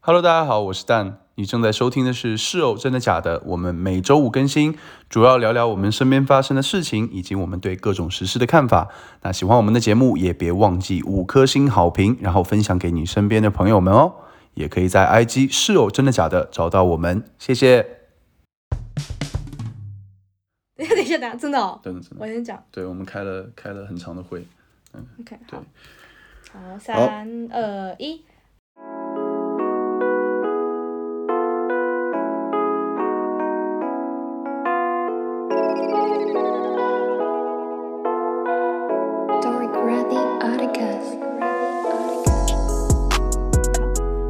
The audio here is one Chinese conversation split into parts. Hello，大家好，我是蛋。你正在收听的是《是哦，真的假的》，我们每周五更新，主要聊聊我们身边发生的事情，以及我们对各种时事的看法。那喜欢我们的节目，也别忘记五颗星好评，然后分享给你身边的朋友们哦。也可以在 IG 是哦，真的假的找到我们，谢谢。 等一下，等一下，等一下，真的哦，真的真我，先讲。对我们开了开了很长的会。 OK，对好，好，三二一。 Dorgrady Articus.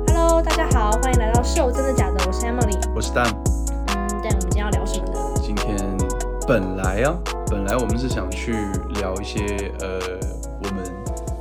Hello，大家好，欢迎来到《秀真的假的》，我是 Emily。我是蛋。嗯，但我们今天要聊什么呢？今天本来啊，本来我们是想去聊一些呃，我们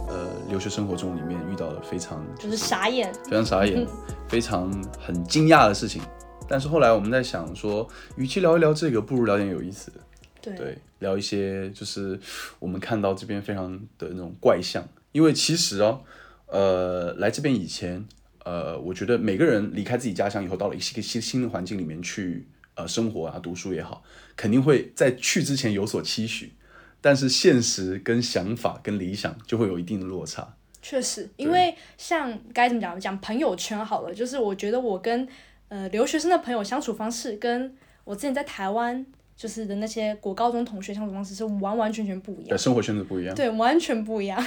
呃留学生活中里面遇到的非常就是傻眼，非常傻眼、非常很惊讶的事情。但是后来我们在想说，与其聊一聊这个，不如聊点有意思的。对，对，聊一些就是我们看到这边非常的那种怪象，因为其实哦，呃，来这边以前，呃，我觉得每个人离开自己家乡以后，到了一个新新的环境里面去，呃，生活啊、读书也好，肯定会在去之前有所期许，但是现实跟想法跟理想就会有一定的落差。确实，因为像该怎么讲，讲朋友圈好了，就是我觉得我跟呃留学生的朋友相处方式，跟我之前在台湾就是的那些国高中同学相处方式是完完全全不一对，样，生活圈子不一样。对，完全不一样。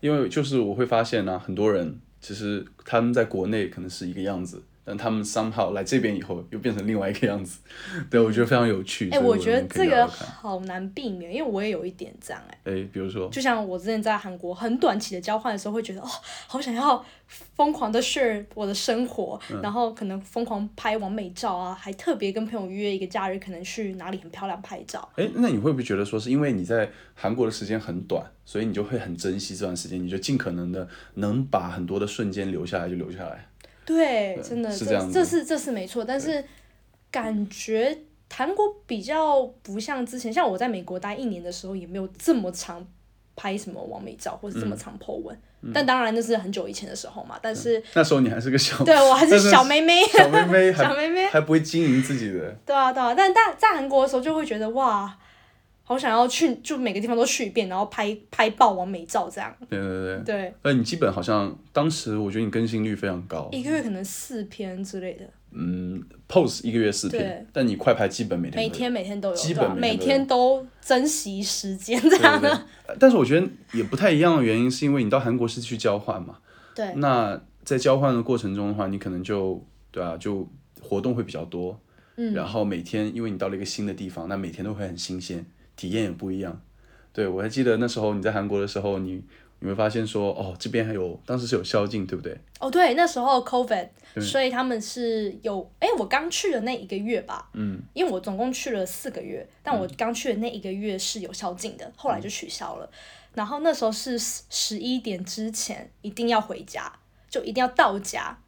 因为就是我会发现呢、很多人其实他们在国内可能是一个样子，但他们 somehow 来这边以后又变成另外一个样子。 对，我觉得非常有趣。哎、所以我觉得们可以这聊个聊看好难避免，因为我也有一点这样哎、哎，比如说，就像我之前在韩国很短期的交换的时候，会觉得哦，好想要疯狂的 share 我的生活，嗯然后可能疯狂拍完美照啊，还特别跟朋友约一个假日，可能去哪里很漂亮拍照。哎，那你会不会觉得说是因为你在韩国的时间很短，所以你就会很珍惜这段时间，你就尽可能的能把很多的瞬间留下来就留下来。对，对真的，嗯是这样子这这是这是没错，但是感觉韩国比较不像之前，像我在美国待一年的时候，也没有这么长拍什么完美照，或是这嗯么长 po 文。但当然那是很久以前的时候嘛，但是那时候你还是个小，对我还是嗯但是小妹妹。 小妹妹还 小妹妹还不会经营自己的，对啊，对啊，但但在韩国的时候就会觉得哇，好想要去，就每个地方都去一遍，然后拍拍爆完美照这样。对对对。对，呃，你基本好像当时我觉得你更新率非常高，一个月可能四篇之类的，嗯，pose 一个月四篇对，但你快拍基本每天每都有天每天都有，基对啊本每每天天都珍惜时间这样对对的。对呃但是我觉得也不太一样的原因，是因为你到韩国是去交换嘛， 对那在交换的过程中的话，你可能就对啊，就活动会比较多，嗯，然后每天因为你到了一个新的地方，那每天都会很新鲜，体验也不一样。对我还记得那时候你在韩国的时候，你你会发现说，哦，这边还有当时是有宵禁，对不对？ 哦，对，那时候 COVID，对所以他们是有，哎，我刚去的那一个月吧，嗯，因为我总共去了四个月，但我刚去的那一个月是有宵禁嗯的，后来就取消了。然后那时候是十一点之前一定要回家，就一定要到家。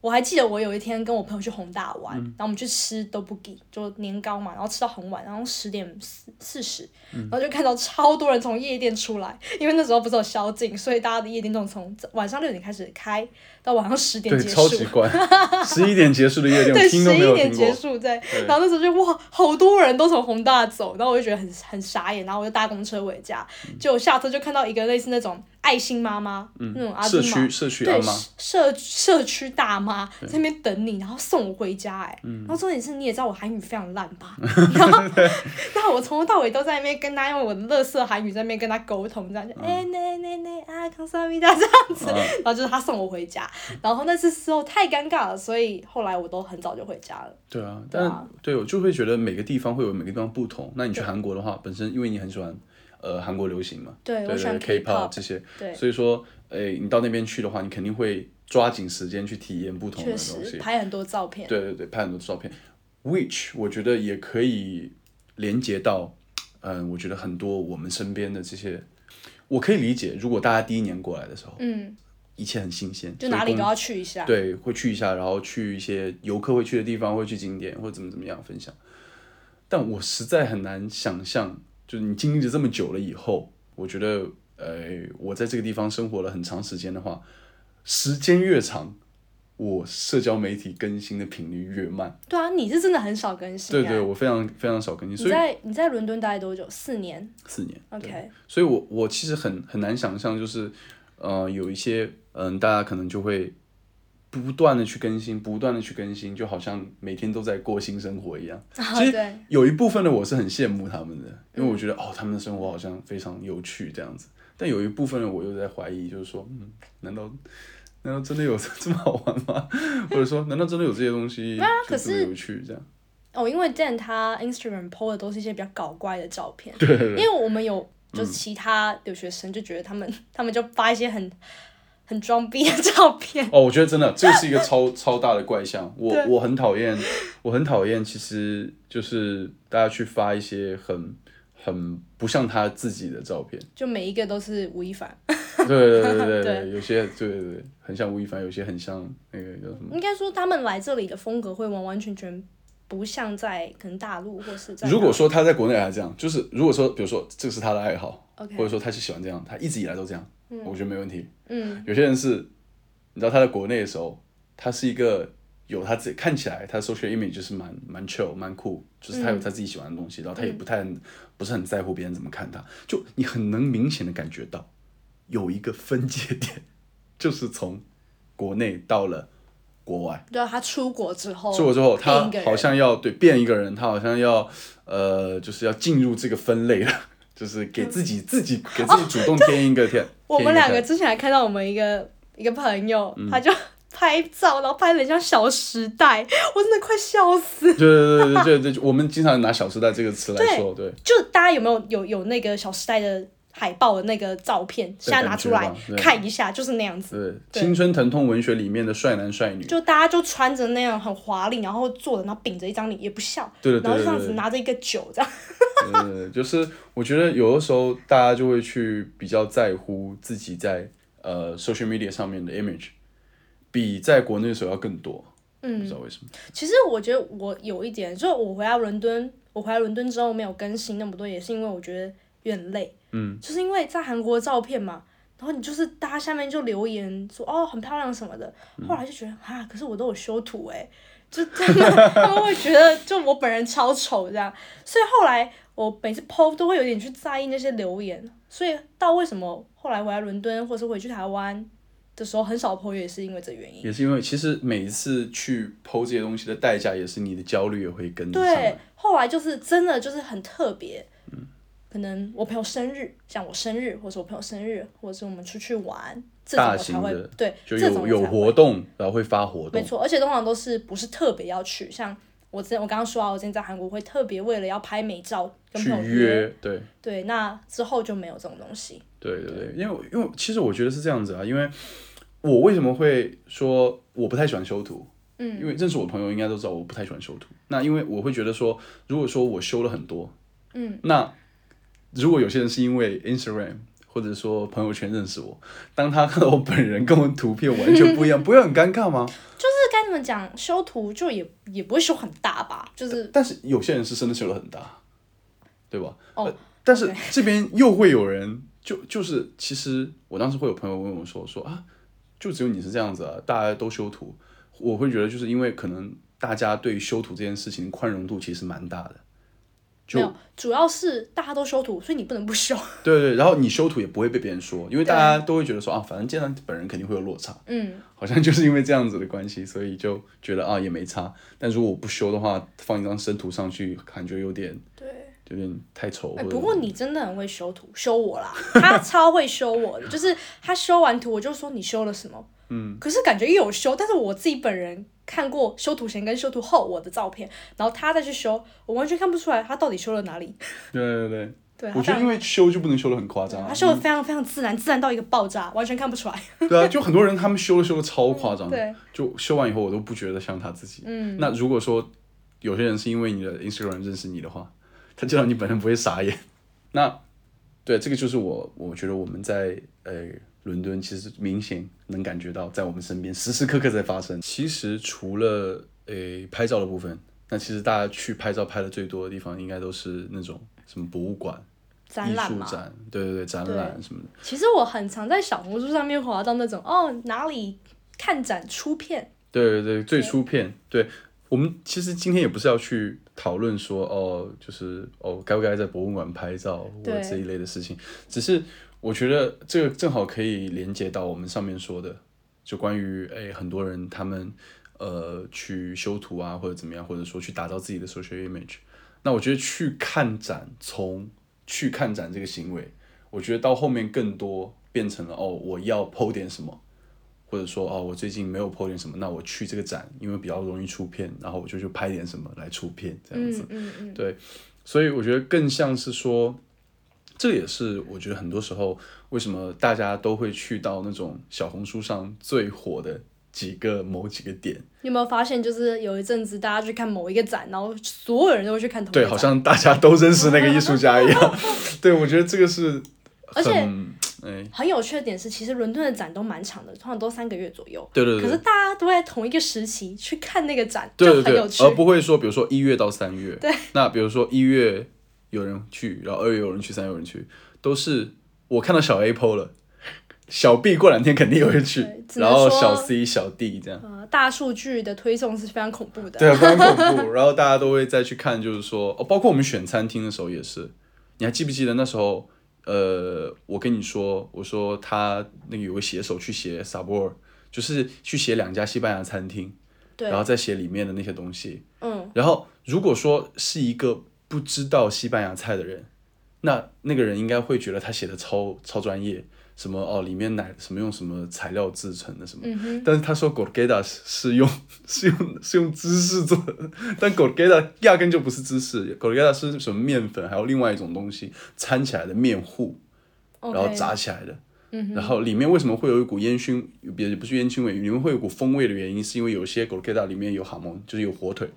我还记得我有一天跟我朋友去宏大玩，嗯然后我们去吃都不给，就年糕嘛，然后吃到很晚，然后十点四四十，嗯然后就看到超多人从夜店出来，因为那时候不是有宵禁，所以大家的夜店都是从晚上六点开始开到晚上十点对，结超束，级怪，十一点结束的夜店，我对，听十都没一有点听结过。束，对。对然后那时候就哇，好多人都从宏大走，然后我就觉得很很傻眼，然后我就搭公车回家，嗯就我下车就看到一个类似那种爱心妈妈，那种阿社杜玛区社区阿对妈，社社区大妈在那边等你，然后送我回家、哎、嗯然后重点是你也知道我韩语非常烂 吧，然后 然后我从头到尾都在那边跟他用我的乐色韩语在那边跟他沟通，这样就嗯哎那那那啊康萨米达这样子，然后就是他送我回家，然后那次之后太尴尬了，所以后来我都很早就回家了，对啊，对但啊对我就会觉得每个地方会有每个地方不同。那你去韩国的话，本身因为你很喜欢呃韩国流行嘛，对对我喜欢对 K-pop K-pop 这些，对，所以说，诶，你到那边去的话，你肯定会抓紧时间去体验不同的确东西实。拍很多照片，对对对，拍很多照片，which 我觉得也可以连接到，嗯，我觉得很多我们身边的这些，我可以理解，如果大家第一年过来的时候，嗯，一切很新鲜，所就以哪里工都要去一下，对，会去一下，然后去一些游客会去的地方，会去景点或者怎么怎么样分享。但我实在很难想象，就是你经历了这么久了以后，我觉得，呃，我在这个地方生活了很长时间的话，时间越长，我社交媒体更新的频率越慢。对啊，你是真的很少更新、啊。对对，我非常非常少更新，你所以在嗯你在伦敦待多久？四年。四年。对 OK，所以我我其实很很难想象，就是呃有一些嗯、大家可能就会不断的去更新，不断的去更新，就好像每天都在过新生活一样。啊其实 对嗯有一部分的我是很羡慕他们的，因为我觉得、哦他们的生活好像非常有趣这样子。但有一部分的我又在怀疑，就是说，嗯，难道难道真的有这么好玩吗？ 或者说，难道真的有这些东西就啊可这么是有趣这样？哦，因为 Dan 他 Instagram po 的都是一些比较搞怪的照片，对嗯对因为我们有就是其他留学生就觉得他们、他们就发一些很很装逼的照 片，哦，我觉得真的这是一个超超大的怪象。我对我很讨厌，我很讨厌，其实就是大家去发一些很很不像他自己的照片。就每一个都是吴亦凡。对对对对对， 对有些对对对很像吴亦凡，有些很像那个叫什么。应该说他们来这里的风格会完完全全不像在可能大陆或是在哪。如果说他在国内还这样，就是如果说比如说这是他的爱好 OK 或者说他是喜欢这样，他一直以来都这样，我觉得没问题。嗯，有些人是，你知道他在国内的时候，他是一个有他自己看起来他 social image 就是蛮蛮 chill 蛮酷，就是他有他自己喜欢的东西，然后他也不太很不是很在乎别人怎么看他，就你很能明显的感觉到有一个分界点， 就是从国内到了国外。对啊，他出国之后，出国之后，他变一个人好像要对变一个人，他好像要呃，就是要进入这个分类了， 就是给自己自己给自己主动添一个嗯天。嗯哦我添们一两个天之前还看到我们一个一个朋友，他就 拍照，然后拍的很像《小时代》，我真的快笑死。对对对对对对，我们经常拿“小时代”这个词来说，对，就大家有没有有有那个《小时代》的海报的那个照片，现在拿出来感觉吧对看一下，就是那样子。对，对青春疼痛文学里面的帅男帅女，就大家就穿着那样很华丽，然后坐着，然后屏着一张脸也不笑，对对对然后就这样对子对拿着一个酒这样。呃，就是我觉得有的时候大家就会去比较在乎自己在呃 social media 上面的 image，比在国内的时候要更多，嗯，不知道为什么，其实我觉得我有一点，就是我回到伦敦，我回来伦敦之后没有更新那么多，也是因为我觉得有点累。嗯，就是因为在韩国照片嘛，然后你就是大家下面就留言说哦很漂亮什么的，后来就觉得啊，可是我都有修图哎、 就他们他们会觉得就我本人超丑这样，所以后来我每次 PO 都会有点去在意那些留言，所以到为什么后来回来伦敦或是回去台湾的时候很少 PO 也是因为这原因。也是因为其实每一次去剖这些东西的代价，也是你的焦虑也会跟上对来。，后来就是真的就是很特别，可能我朋友生日，像我生日，或者我朋友生日，或者是我们出去玩，这种大我才型会的对，就这种有我有才会活动，然后会发活没动，错，而且通常都是不是特别要去，像我之前我刚刚说啊，我之前在韩国会特别为了要拍美照跟去朋友约，对对，那之后就没有这种东西，对对对，因为因为其实我觉得是这样子啊，因为我为什么会说我不太喜欢修图，嗯，因为认识我的朋友应该都知道我不太喜欢修图。那因为我会觉得说，如果说我修了很多，嗯，那如果有些人是因为 Instagram 或者说朋友圈认识我，当他看到我本人跟我图片完全 不一样，不会很尴尬吗？就是该怎么讲，修图就也也不会修很大吧，就是但是有些人是真的修的很大，对吧？哦呃但是这边又会有人，就就是其实我当时会有朋友问我说说啊，就只有你是这样子啊，大家都修图，我会觉得就是因为可能大家对修图这件事情宽容度其实蛮大的，就没有，主要是大家都修图，所以你不能不修， 对对，然后你修图也不会被别人说，因为大家都会觉得说啊，反正见到你本人肯定会有落差，嗯，好像就是因为这样子的关系，所以就觉得啊也没差，但如果我不修的话，放一张生图上去，感觉有点。对。有点太丑。哎、或者不过你真的很会修图，修我啦，他超会修我的，就是他修完图，我就说你修了什么，嗯，可是感觉有修，但是我自己本人看过修图前跟修图后我的照片，然后他再去修，我完全看不出来他到底修了哪里，对对对，对，他我觉得因非为修就不能修的很夸张常啊他。修的非常非常自然，自然到一个爆炸，完全看不出来，对啊，就很多人他们修了修的超夸张，嗯对，就修完以后我都不觉得像他自己。嗯，那如果说有些人是因为你的 Instagram 认识你的话，他见到你本人不会傻眼。 那对，这个就是我我觉得我们在呃伦敦其实明显能感觉到在我们身边时时刻刻在发生。其实除了呃拍照的部分，那其实大家去拍照拍的最多的地方应该都是那种什么博物馆。展艺览术嘛。展，对对对，展览什么的，其实我很常在小红书上面滑到那种哦哪里看展出片，对对对，最初片，对我们其实今天也不是要去讨论说哦，就是哦该不该在博物馆拍照或对这一类的事情，只是我觉得这个正好可以连接到我们上面说的，就关于哎很多人他们呃去修图啊或者怎么样，或者说去打造自己的 social image，那我觉得去看展，从去看展这个行为，我觉得到后面更多变成了哦我要剖点什么。或者说哦，我最近没有 PO 点什么，那我去这个展，因为比较容易出片，然后我就去拍点什么来出片这样子。嗯嗯嗯，对，所以我觉得更像是说，这也是我觉得很多时候为什么大家都会去到那种小红书上最火的几个某几个点，你有没有发现，就是有一阵子大家去看某一个展，然后所有人都会去看同一个对，展好像大家都认识那个艺术家一 样。对，我觉得这个是而很且哎，很有趣的点是，其实伦敦的展都蛮长的，通常都三个月左右。对对对可是大家都在同一个时期去看那个展，对对就很有对，趣。而不会说比如说一月到三月，对，那比如说一月有人去，然后二月有人去，三月有人去，都是我看到小 A p o 了，小 B 过两天肯定有人去对，只能然后说小 C 小 D 这样。呃，大数据的推送是非常恐怖的。对，非常 恐怖。然后大家都会再去看，就是说，哦，包括我们选餐厅的时候也是，你还记不记得那时候？呃，我跟你说，我说他那个有个写手去写 Sabor，就是去写两家西班牙餐厅，对然后再写里面的那些东西。嗯，然后如果说是一个不知道西班牙菜的人，那那个人应该会觉得他写的超超专业，什么哦，里面奶什么用什么材料制成的什么。但是他说 gorgetas 是用 是用是用芝士做的，但 gorgeta 压根就不是芝士，gorgeta 是什么面粉，还有另外一种东西掺起来的面糊，然后 OK 炸起来的。然后里面为什么会有一股烟熏，也不是烟熏味，里面会有股风味的原因，是因为有些 gorgeta 里面有哈蒙，就是有火腿。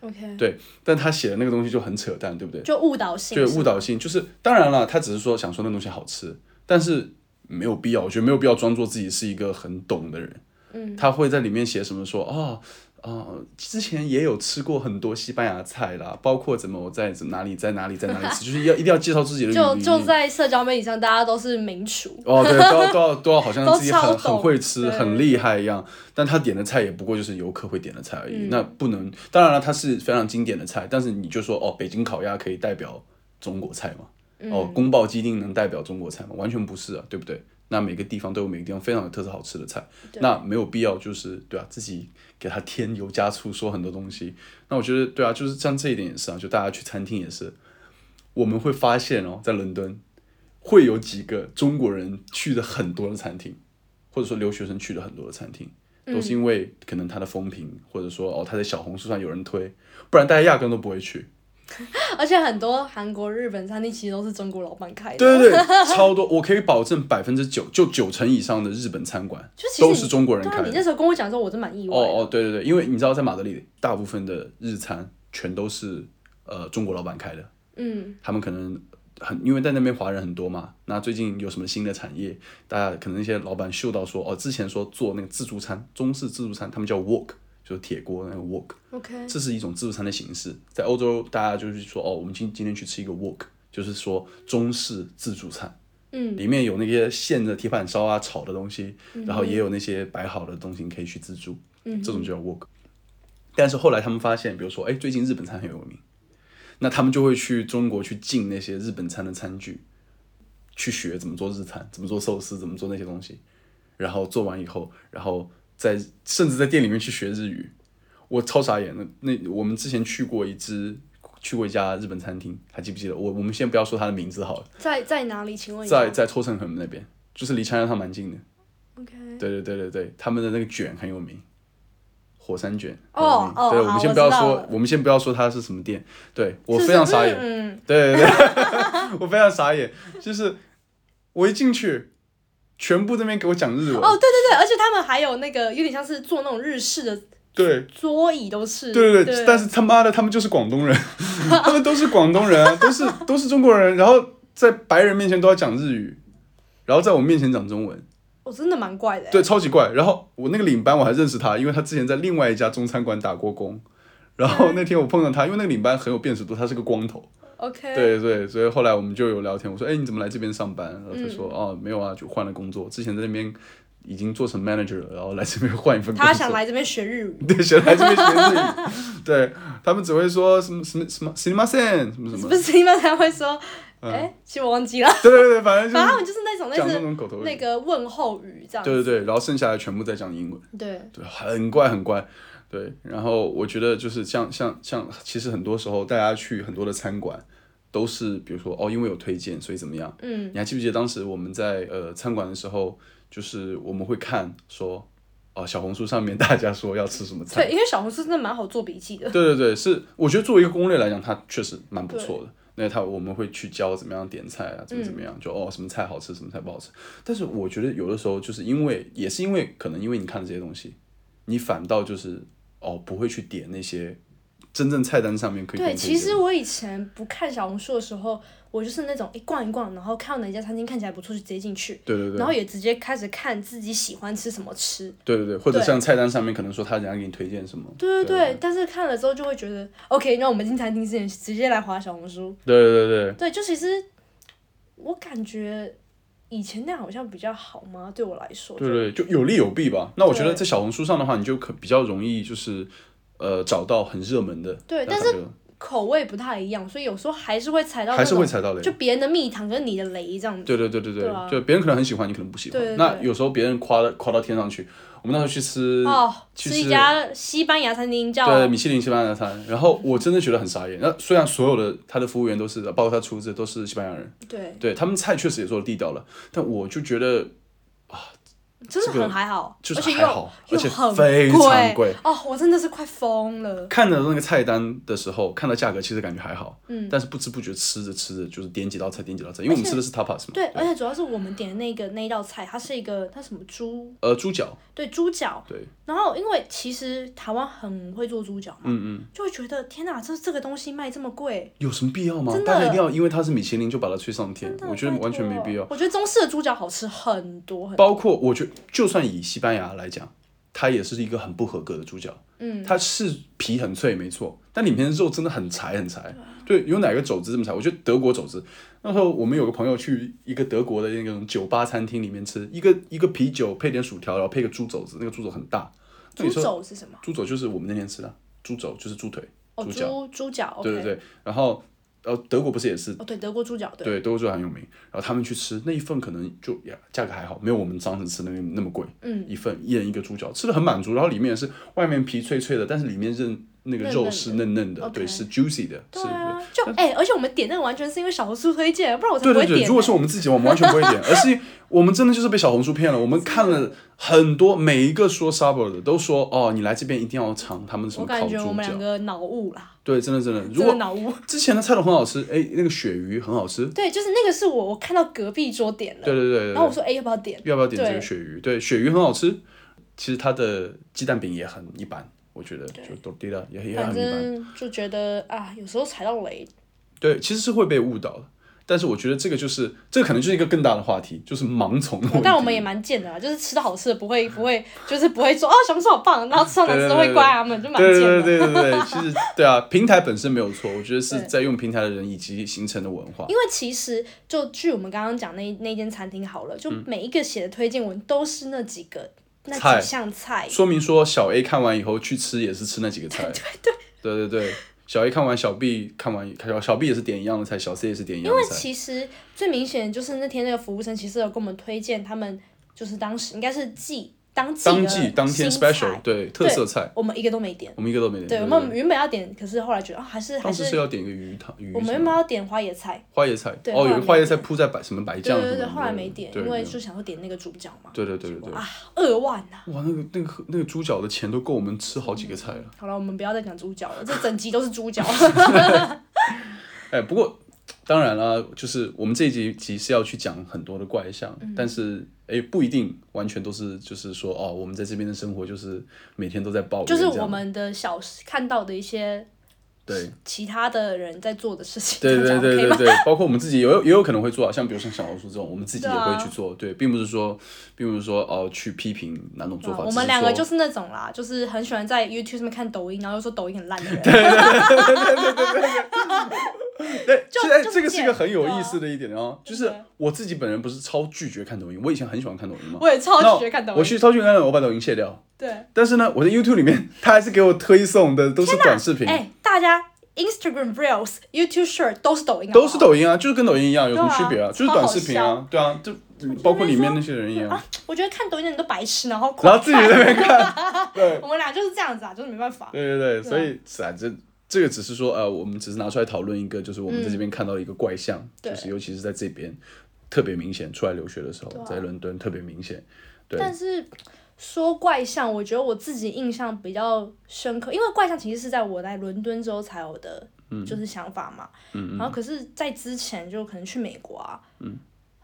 OK，对，但他写的那个东西就很扯淡，对不对？就误导性对，是吗误导性就是，当然了，他只是说想说那东西好吃，但是没有必要，我觉得没有必要装作自己是一个很懂的人。嗯，他会在里面写什么说哦。哦，之前也有吃过很多西班牙菜啦，包括怎么我在哪里在哪里在哪里吃，就是要一定要介绍自己的就履历就在社交媒体上，大家都是名厨。哦，对，都要都要都要好像都自己超很懂很会吃、对很厉害一样，但他点的菜也不过就是游客会点的菜而嗯已。那不能，当然了，它是非常经典的菜，但是你就说哦，北京烤鸭可以代表中国菜嘛？哦，嗯宫保鸡丁能代表中国菜吗？完全不是啊，对不对？那每个地方都有每个地方非常有特色好吃的菜，那没有必要就是对啊，自己给它添油加醋说很多东西。那我觉得对啊，就是像这一点也是啊，就大家去餐厅也是，我们会发现哦，在伦敦会有几个中国人去的很多的餐厅，或者说留学生去的很多的餐厅，嗯都是因为可能它的风评，或者说哦它在小红书上有人推，不然大家压根都不会去。而且很多韩国、日本餐厅其实都是中国老板开的。对对对， 超多，我可以保证百分之九，就九成以上的日本餐馆就其实你都是中国人对啊，开你那的。时候跟我讲的时候，我是蛮意外哦的。哦，对对对，因为你知道在马德里，大部分的日餐全都是呃中国老板开的。嗯，他们可能很因为在那边华人很多嘛，那最近有什么新的产业，大家可能那些老板嗅到说，哦，之前说做那个自助餐，中式自助餐，他们叫 wok，就是铁锅那个 wok， OK，这是一种自助餐的形式，在欧洲大家就是说，哦，我们今今天去吃一个 wok，就是说中式自助餐。嗯，里面有那些现的铁板烧啊、炒的东西，然后也有那些摆好的东西，你可以去自助，嗯，这种就叫 wok。但是后来他们发现，比如说，哎，最近日本餐很有名，那他们就会去中国去进那些日本餐的餐具，去学怎么做日餐，怎么做寿司，怎么做那些东西，然后做完以后，然后在甚至在店里面去学日语，我超傻眼的。那那我们之前去过一只，去过一家日本餐厅，还记不记得？我我们先不要说它的名字好了，在在哪里？请问一下。在在抽成横那边，就是离长江它蛮近的。 OK。对对对对对，他们的那个卷很有名，火山卷很有哦名哦对，我好们先我不要知道说了，我们先不要说它是什么店，对我是非常傻眼，嗯，对对对， 我非常傻眼，就是我一进去，全部这边给我讲日文，哦，对对对，而且他们还有那个有点像是做那种日式的对，桌椅都是。对对对，对，但是他妈的，他们就是广东人，他们都是广东人啊，都是都是中国人，然后在白人面前都要讲日语，然后在我面前讲中文，我、真的蛮怪的欸。对，超级怪。然后我那个领班我还认识他，因为他之前在另外一家中餐馆打过工。然后那天我碰到他，因为那个领班很有辨识度，他是个光头， OK。对对，所以后来我们就有聊天，我说，哎，你怎么来这边上班？然后他说，哦，没有啊，就换了工作，之前在那边已经做成 manager 了，然后来这边换一份工作。 他想来这边学日语， 对，想来这边学日语，对他们只会说什么什么什么 s i n i m a s e n 什么什是么不，是？因为他会说，哎，其实我忘记了，对对对，反嗯正就反正他们是就是那种类讲那种似口头语，那个问候语这样对对子。对，然后剩下的全部在讲英文。对，对，很怪很怪。对，然后我觉得就是像像像，其实很多时候大家去很多的餐馆，都是比如说哦，因为有推荐，所以怎么样？嗯，你还记不记得当时我们在呃餐馆的时候，就是我们会看说，哦，小红书上面大家说要吃什么对，菜。因为小红书真的蛮好做笔记 的。对对对，是我觉得作为一个攻略来讲，它确实蛮不错的。那它我们会去教怎么样点菜嗯啊，怎么怎么样，就哦什么菜好吃，什么菜不好吃。但是我觉得有的时候就是因为也是因为可能因为你看了这些东西，你反倒就是哦不会去点那些真正菜单上面可以给对，你推其荐实我以前不看小红书的时候，我就是那种一逛一逛，然后看到哪家餐厅看起来不错就直接进去，对对对，然后也直接开始看自己喜欢吃什么吃。对对对，或者对像菜单上面可能说他人家给你推荐什么，对对对对，但是看了之后就会觉得，OK，那我们进餐厅之前直接来划小红书。对对对对，对，就其实我感觉以前那样好像比较好吗？对我来说，对就对，就有利有弊吧。那我觉得对在小红书上的话，你就可比较容易就是呃找到很热门的，对那但它是就口味不太一样，所以有时候还是会踩到那还是种会踩到雷就。别人的蜜糖跟你的雷这样子。对对对对对，对啊就别人可能很喜欢，你可能不喜欢。对对对那有时候别人夸了夸到天上去，我们那时候去吃，哦，去吃一吃家西班牙餐厅叫对米其林西班牙餐，然后我真的觉得很傻眼。那虽然所有的他的服务员都是，包括他厨子都是西班牙人，对，对他们菜确实也做的地道了，但我就觉得真的这个很还好，就是而且还又好，又而且很非常贵。哦，我真的是快疯了。看到那个菜单的时候，看到价格其实感觉还好，嗯，但是不知不觉吃着吃着就是点几道菜，点几道菜，因为我们吃的是 tapas 嘛，对，而且主要是我们点的那个那一道菜，它是一个它什么猪，呃，猪脚，对猪脚。对，然后因为其实台湾很会做猪脚嘛，嗯嗯，就会觉得天哪，这这个东西卖这么贵，有什么必要吗？真的大家一定要因为它是米其林就把它吹上天真，的我觉得拜完全没托必要。我觉得中式的猪脚好吃很多很多。包括我觉得，就算以西班牙来讲，它也是一个很不合格的猪脚。嗯，它是皮很脆没错，但里面的肉真的很柴很柴。对，有哪个肘子这么柴？我觉得德国肘子。那时候我们有个朋友去一个德国的那种酒吧餐厅里面吃，一个一个啤酒配点薯条，然后配个猪肘子，那个猪肘很大。那猪你说肘是什么？猪肘就是我们那天吃的，猪肘就是猪腿，哦，猪脚。猪猪脚。对对 OK。对，然后呃，德国不是也是哦，对，德国猪脚，对。对，德国猪很有名。然后他们去吃那一份，可能就呀价格还好，没有我们当时吃的那那么贵。嗯，一份一人一个猪脚，吃的很满足。然后里面也是外面皮脆脆的，但是里面韧那个嫩嫩肉的是嫩嫩的，对， OK 是 juicy 的，对是。啊，就哎、而且我们点那个完全是因为小红书推荐，不然我才对不对会点、对，如果是我们自己，我们完全不会 点，而是我们真的就是被小红书骗了。我们看了很多，每一个说 Subway 的都说，哦，你来这边一定要尝他们什我么烤感猪觉我们两脚。个脑雾啦，对，真的真的，如真的果脑雾。之前的菜都很好吃，哎，那个鳕鱼很好吃，对，就是那个是我我看到隔壁桌点了，对对对对。然后我说哎、要不要点？要不要点这对个鳕鱼？对，鳕鱼很好吃。其实它的鸡蛋饼也很一般，我觉得就都滴了，也也反很一般。正就觉得啊，有时候踩到雷，对，其实是会被误导的。但是我觉得这个就是，这个可能就是一个更大的话题，就是盲从的问题。哦但我们也蛮贱的啦，啊就是吃到好吃的不会不会，就是不会说哦小红书好棒，然后吃到难吃的对对对会怪他们，就蛮对贱对的。对对对对，其实 对啊，平台本身没有错，我觉得是对在用平台的人以及形成的文化因。为其实就据我们刚刚讲那那间餐厅好了，就每一个写的推荐文都是那几个那嗯菜几项菜，说明说小 A 看完以后去吃也是吃那几个 菜。对对对对小 A 看完，小 B 看完，小小 B 也是点一样的菜，小 C 也是点一样的因为菜。其实最明显就是那天那个服务生其实有给我们推荐他们就是当时应该是季当季当的季当天新菜 special 对特色菜，我们一个都没点。我们一个都没点。对，我们原本要点，可是后来觉得啊，还是还当时是是要点一个鱼汤鱼什么，我们原本要点花椰菜，花椰菜，对哦，后来有个没花椰点菜铺在白什么白对酱什对么对的，对，后来没点，对因为对就想要点那个猪脚嘛，对对对对对，啊，二万呐、哇，那个那个那个猪脚的钱都够我们吃好几个菜了。好了，我们不要再讲猪脚了，这整集都是 猪脚。哎，不过当然啦，就是我们这一集集是要去讲很多的怪象，嗯但是哎，不一定完全都是就是说哦，我们在这边的生活就是每天都在抱怨这 就样，是我们的小看到的一些对。其他的人在做的事情，对这对样讲对 OK 对吗？对，包括我们自己也有也有可能会做啊，像比如像小红书这种，我们自己也对啊会去做，对，并不是说，并不是说哦去批评哪种做法，啊嗯我只们两个说就是那种啦，就是很喜欢在 YouTube 上面看抖音，然后又说抖音很烂的人。对，就现在就哎这个不是一见个很有对啊意思的一点哦，就是对我自己本人不是超拒绝看抖音，我以前很喜欢看抖音嘛， 我也超那拒绝看抖音我去超拒绝看抖音，我把抖音卸掉。对，但是呢，我的 YouTube 里面，它还是给我推送的都是短视频哎、，大家 Instagram Reels、YouTube Short 都是抖音好不好，都是抖音啊，就是跟抖音一样，有什么对啊区别啊？就是超短好视频啊，对啊，就包括里面那些人一样啊，。我觉得看抖音的人都白痴，然后然狂后自己在那边看，对我们俩就是这样子啊，就是没办法。对对对，所以是啊，这这个只是说呃，我们只是拿出来讨论一个，就是我们在这边看到的一个怪象，嗯对就是尤其是在这边特别明显，出来留学的时候，对啊在伦敦特别明显。对，但是说怪象，我觉得我自己印象比较深刻，因为怪象其实是在我来伦敦之后才有的，就是想法嘛。嗯然后可是，在之前就可能去美国啊，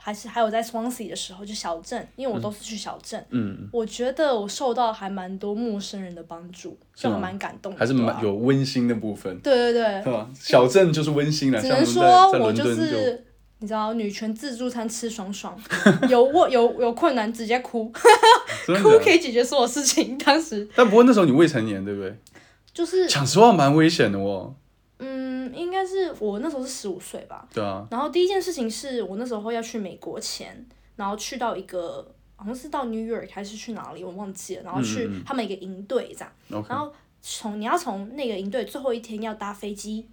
还是还有在 Swansea 的时候，就小镇，因为我都是去小镇，嗯，我觉得我受到还蛮多陌生人的帮助，是就吗还蛮感动的，还是对啊蛮有温馨的部分，对对对，啊是吧？小镇就是温馨了，只像能我们说在在我伦就。敦就是你知道女权自助餐吃爽爽，有我有有困难直接哭，真的哭假可的。以解决所有事情。当时但不过那时候你未成年，对不对？就是讲实话，蛮危险的哦。嗯，应该是我那时候是十五岁吧。对啊，然后第一件事情是我那时候要去美国前，然后去到一个好像是到 New York 还是去哪里，我忘记了。然后去他们一个营队这样， OK 然后从你要从那个营队最后一天要搭飞机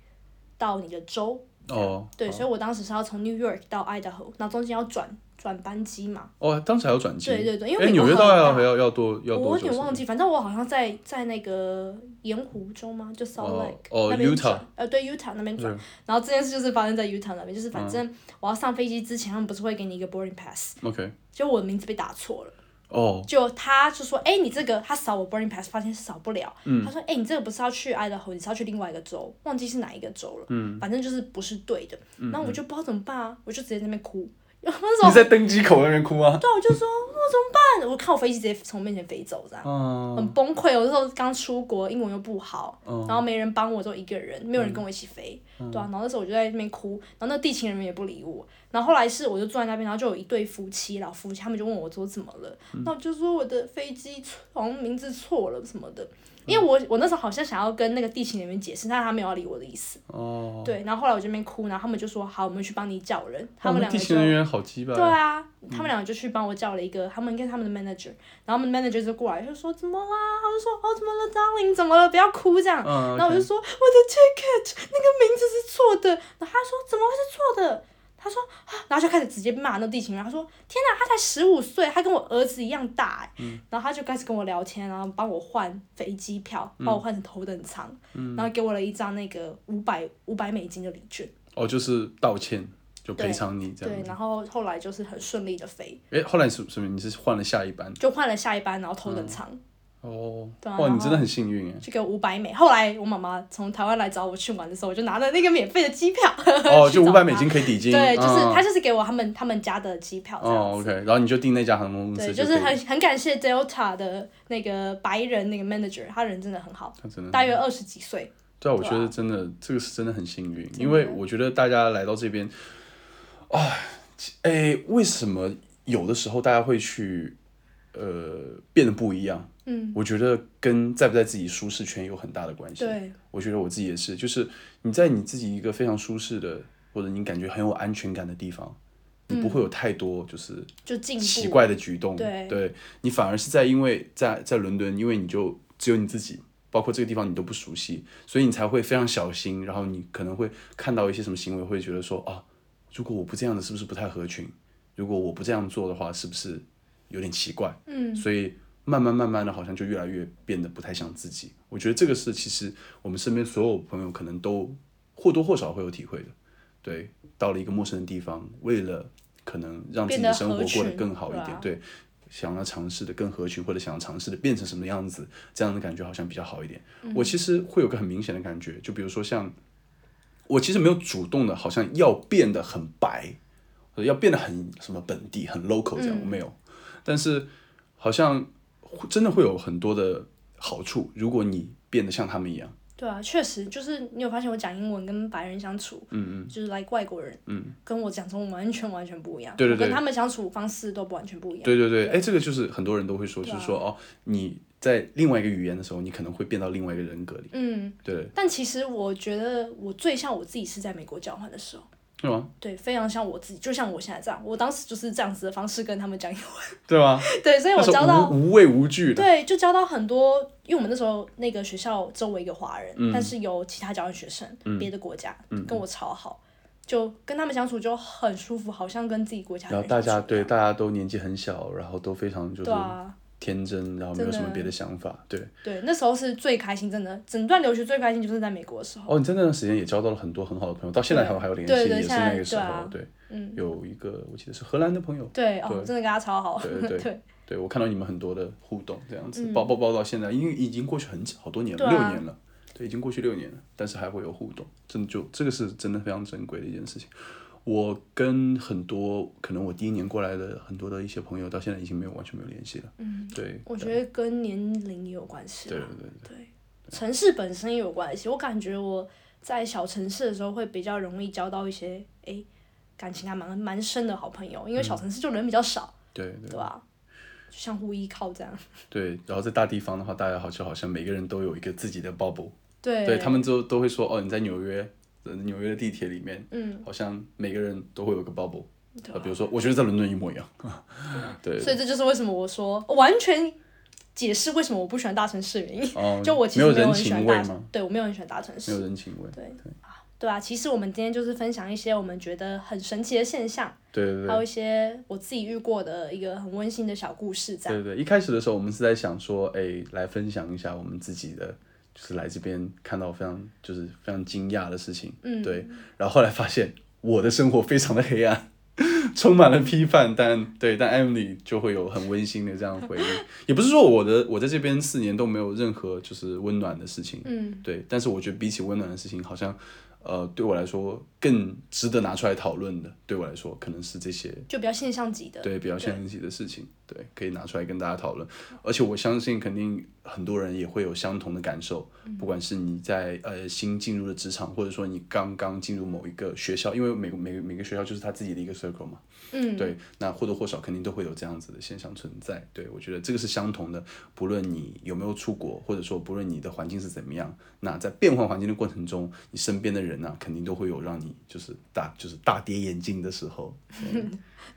到你的州，哦，对，哦所以我当时是要从 New York 到 Idaho，然后中间要转转班机嘛，哦，当时还要转机。对对对因为哎美国纽约很到要大要要多要我多有久时点间？忘记，反正我好像在在那个盐湖州吗？就 Salt 哦 Lake、哦那边 Utah 嗯转，呃，对 Utah 那边转。然后这件事就是发生在 Utah 那边，就是反正我要上飞机之前，他们不是会给你一个 boarding pass， OK，就我的名字被打错了，哦，就他就说，哎、你这个他扫我 boarding pass，发现扫不了，嗯他说，哎、你这个不是要去 Idaho，你是要去另外一个州，忘记是哪一个州了，嗯反正就是不是对的，然后我就不知道怎么办啊，我就直接在那边哭，我那时候你在登机口那边哭吗？对，啊我就说我怎么办？我看我飞机直接从我面前飞走，这样、嗯，很崩溃。我那时候刚出国，英文又不好，然后没人帮我，就一个人，没嗯有人跟我一起飞，对啊。然后那时候我就在那边哭，然后那地勤人员也不理我。然后后来是我就坐在那边，然后就有一对夫妻，老夫妻，他们就问我说怎么了，嗯那我就说我的飞机错好像名字错了什么嗯的。因为我我那时候好像想要跟那个地勤人员解释，但他没有要理我的意思。哦，对，然后后来我这边哭，然后他们就说好，我们去帮你叫人。他哇们那两个地就勤人员好鸡巴。对啊，嗯他们两个就去帮我叫了一个，他们应该是他们的 manager，然后他们的 manager 就过来就说怎么啦，他就说哦怎么了，darling 怎么了，不要哭这样。嗯，然后我就 OK 说我的 ticket 那个名字是错的，然后他说怎么会是错的？他说啊，然后就开始直接骂那地勤人，他说天哪，他才十五岁，他跟我儿子一样大哎、嗯然后他就开始跟我聊天，然后帮我换飞机票，帮我换成头等舱，嗯然后给我了一张那个五百五百美金的礼券，哦，就是道歉，就对赔偿你这对，样子然。后后来就是很顺利的飞。哎，后来是什么？你是换了下一班就换了下一班，然后头嗯等舱，哦？对啊哇，然你真的后很幸 运哎。就给我五百美。后来我妈妈从台湾来找我去玩的时候，我就拿了那个免费的机票。 哦，就去五找百他美金。可以抵金。对，就是嗯他就是给我他们他们家的机票这哦样子。 ，OK，然后你就订那家航空公司对，就就可以是了，很很感谢 Delta 的那个白人那个 manager，他人真的很好，他真的大约二十几岁。对啊，我对觉啊得真的这个是真的很幸运，因为我觉得大家来到这边，哎，哎，为什么有的时候大家会去，呃，变得不一样？嗯，我觉得跟在不在自己舒适圈有很大的关系。对，我觉得我自己也是，就是你在你自己一个非常舒适的，或者你感觉很有安全感的地方，你不会有太多就是就进步。奇怪的举动，对你反而是在因为在在伦敦，因为你就只有你自己，包括这个地方你都不熟悉，所以你才会非常小心，然后你可能会看到一些什么行为，会觉得说啊，如果我不这样的，是不是不太合群？如果我不这样做的话，是不是有点奇怪？嗯，所以慢慢慢慢的，好像就越来越变得不太像自己。我觉得这个是其实我们身边所有朋友可能都或多或少会有体会的。对，到了一个陌生的地方，为了可能让自己的生活过得更好一变得点，对，合想要尝试的更合群，或者想要尝试的变成什么样子，这样的感觉好像比较好一点。我其实会有个很明显的感觉，就比如说像我其实没有主动的，好像要变得很白，或者要变得很什么本地、很 local 这样，我没有。但是好像会真的会有很多的好处，如果你变得像他们一样。对啊，确实就是你有发现我讲英文跟白人相处，嗯嗯，就是 like 外国人，嗯，跟我讲中文完全完全不一样，对对我跟对他们相处方式都不完全不一样。对对对，哎，这个就是很多人都会说，就是啊说哦，你在另外一个语言的时候，你可能会变到另外一个人格里。嗯，对，但其实我觉得我最像我自己是在美国交换的时候，对吗？对，非常像我自己，就像我现在这样，我当时就是这样子的方式跟他们讲英文， 对吗？对，所以我那时交候到无无畏无惧的。对，就交到很多，因为我们那时候那个学校周围一个华人，嗯但是有其他交换学生，别的国家、跟我超好，就跟他们相处就很舒服，好像跟自己国家的然人后大家相处一对样大家都年纪很小，然后都非常就是对啊，天真，然后没有什么真的别的想法。对，对，那时候是最开心，真的，整段留学最开心就是在美国的时候，哦，你在那段时间也交到了很多很好的朋友，到现在还有对还有联对系，对也是现在那个时对啊候。对，嗯，有一个我记得是荷兰的朋友，对哦，对真的跟他超好，对对对 对对我看到你们很多的互动，这样子，包包包到现在，因为已经过去很久好多年了，嗯对啊六年了，对，已经过去六年了，但是还会有互动，真的就这个是真的非常珍贵的一件事情。我跟很多可能我第一年过来的很多的一些朋友，到现在已经没有完全没有联系了。嗯，对，我觉得跟年龄也有关系啦。对对对对，对城市本身也有关系。我感觉我在小城市的时候会比较容易交到一些诶感情还蛮蛮深的好朋友，因为小城市就人比较少，对嗯对对吧？就相互依靠这样。对，然后在大地方的话，大家好就好像每个人都有一个自己的 bubble，对对他们都都会说哦，你在纽约，呃纽约的地铁里面，嗯，好像每个人都会有一个 bubble，对啊，比如说，我觉得在伦敦一模一样， 对，所以这就是为什么我说完全解释为什么我不喜欢大城市的原因。哦， 就我其没实有没有人很喜情欢味大，吗？对我没有很喜欢大城没有市。人情味，对啊，对啊，其实我们今天就是分享一些我们觉得很神奇的现象，对对还有对一些我自己遇过的一个很温馨的小故事，这样。对对，一开始的时候我们是在想说，哎，来分享一下我们自己的，就是来这边看到非常就是非常惊讶的事情，嗯对，然后后来发现我的生活非常的黑暗。 充满了批判，但对，但 Emily 就会有很温馨的这样 回忆。也不是说我的我在这边四年都没有任何就是温暖的事情，嗯，对，但是我觉得比起温暖的事情，好像，呃，对我来说更值得拿出来讨论的，对我来说可能是这些就比较现象级的。对比较现实的事情，对，可以拿出来跟大家讨论。而且我相信，肯定很多人也会有相同的感受，嗯不管是你在呃新进入的职场，或者说你刚刚进入某一个学校，因为每个每个每个学校就是他自己的一个 circle 嘛，嗯，对，那或多或少肯定都会有这样子的现象存在。对我觉得这个是相同的，不论你有没有出国，或者说不论你的环境是怎么样，那在变换环境的过程中，你身边的人呢、肯定都会有让你就是大就是大跌眼镜的时候。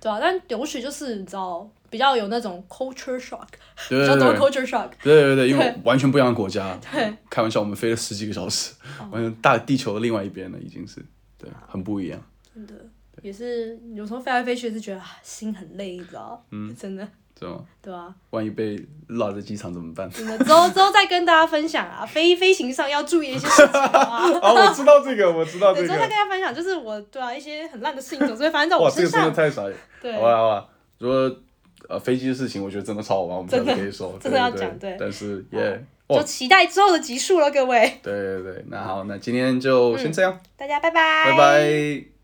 对啊，但留学就是你知道，比较有那种 culture shock，对比对较多对。 culture shock。对对对，因为完全不一样的国家，对哦开玩笑，我们飞了十几个小时， 完全大地球的另外一边了，已经是，对，很不一样。真的也是有时候飞来飞去是觉得啊心很累，你知道？嗯， 真的，知道吗？对啊，万一被落在机场怎么 办？真的之后之后再跟大家分享啊，飞飞行上要注意一些事情啊。 啊，我知道这个，我知道对，这之个后再，跟大家分享，就是我对啊一些很烂的事情总是会发生在哇，我这身个真的上。太傻眼。对好，吧，好吧，如果呃飞机的事情，我觉得真的超好玩，我们下次可以说， 真对的真的要对讲对但是耶，就哦，期待之后的集数了，各位，对对对，那好，那今天就先这样，嗯大家拜拜，拜拜。